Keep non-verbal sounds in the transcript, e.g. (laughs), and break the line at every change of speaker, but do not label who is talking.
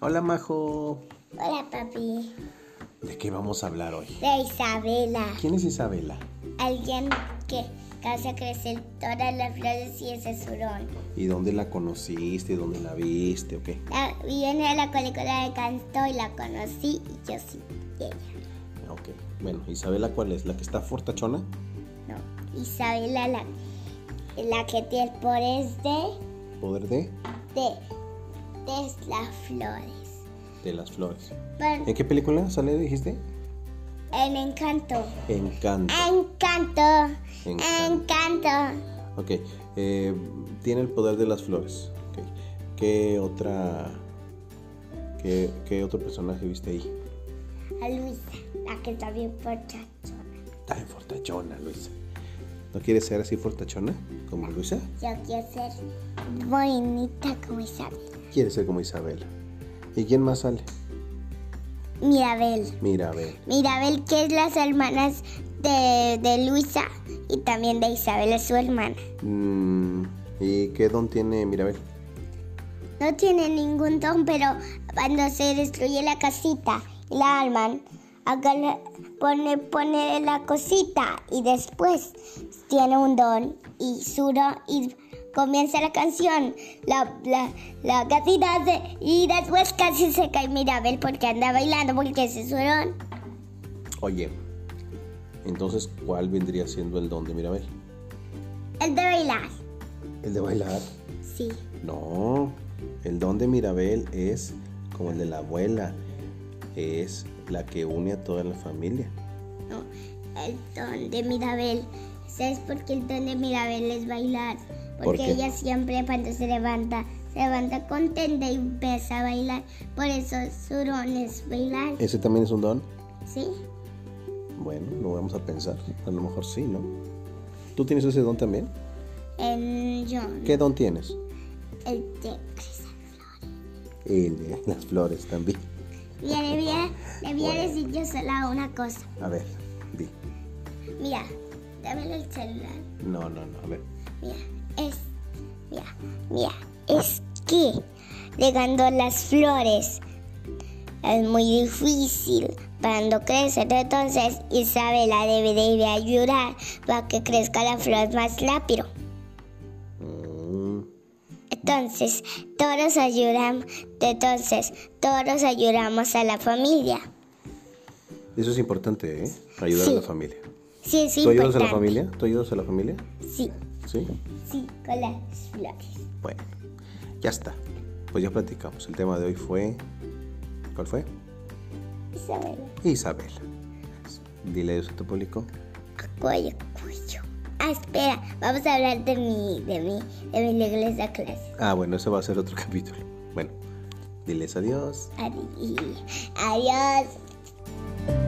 Hola Majo,
Hola papi,
¿de qué vamos a hablar hoy?
de Isabela.
¿Quién es Isabela?
Alguien que casi crecer todas las flores y ese surón.
¿Y dónde la conociste? ¿Dónde la viste? ¿O qué?
La, viene a la colectora de canto y la conocí y yo sí, y ella.
Ah, Ok, bueno, ¿Isabela cuál es? ¿La que está fortachona?
No, Isabela la, la que tiene el poder de,
¿Poder de?
de, de las flores.
De las flores.
Bueno,
¿En qué película sale, dijiste?
el encanto.
Encanto.
Encanto, encanto.
Ok, eh, tiene el poder de las flores. Ok, ¿Qué otra... ¿Qué, qué otro personaje viste ahí?
A Luisa, la que también portachona.
Está en fortachona, Luisa. ¿No quieres ser así fortachona como Luisa?
Yo quiero ser bonita como Isabel.
Quiere ser como Isabela. ¿Y quién más sale?
Mirabel.
Mirabel.
Mirabel, que es las hermanas de, de Luisa y también de Isabel, es su hermana.
Mm, ¿Y qué don tiene Mirabel?
No tiene ningún don, pero cuando se destruye la casita y la arman, acá le pone, pone la cosita y después tiene un don y su don- y comienza la canción. La, la, la casita se- y después casi se cae Mirabel porque anda bailando porque ese es su don.
Oye, entonces, ¿cuál vendría siendo el don de Mirabel?
El de bailar.
¿El de bailar?
Sí.
No, el don de Mirabel es como el de la abuela, es la que une a toda la familia.
No, el don de Mirabel. ¿Sabes por qué el don de Mirabel es bailar?
¿Por
Porque
qué?
ella siempre cuando se levanta, se levanta contenta y empieza a bailar. Por eso su don es bailar,
¿Ese también es un don?
¿sí?
Bueno, lo vamos a pensar, a lo mejor sí, ¿no? ¿Tú tienes ese don también?
En John,
¿Qué don tienes?
el de Cristo.
El de las flores también.
Mira, le voy a, le voy a
Bueno.
decir yo sola una cosa.
A ver, di.
Mira, dame el celular.
No, no, no, a ver.
Mira, es. Mira, mira, es que regando las flores es muy difícil cuando crece. Entonces Isabela debe de ayudar para que crezca la flor más rápido.
Mm,
Entonces, todos ayudan, entonces, todos ayudamos a la familia.
Eso es importante, ¿eh? Ayudar a
Sí.
la familia.
Sí, es
¿Tú ayudas
importante.
a la familia? ¿Tú ayudas a la familia?
Sí,
Sí.
sí, con las flores.
Bueno, ya está. Pues ya platicamos. El tema de hoy fue. ¿Cuál fue?
Isabela,
Isabela. Dile eso a tu público.
cuello, cuello. Ah, espera, vamos a hablar de mi, de mi, de mi iglesia clase.
Ah, bueno, eso va a ser otro (laughs) capítulo. Bueno, diles adiós.
Adi- Adiós.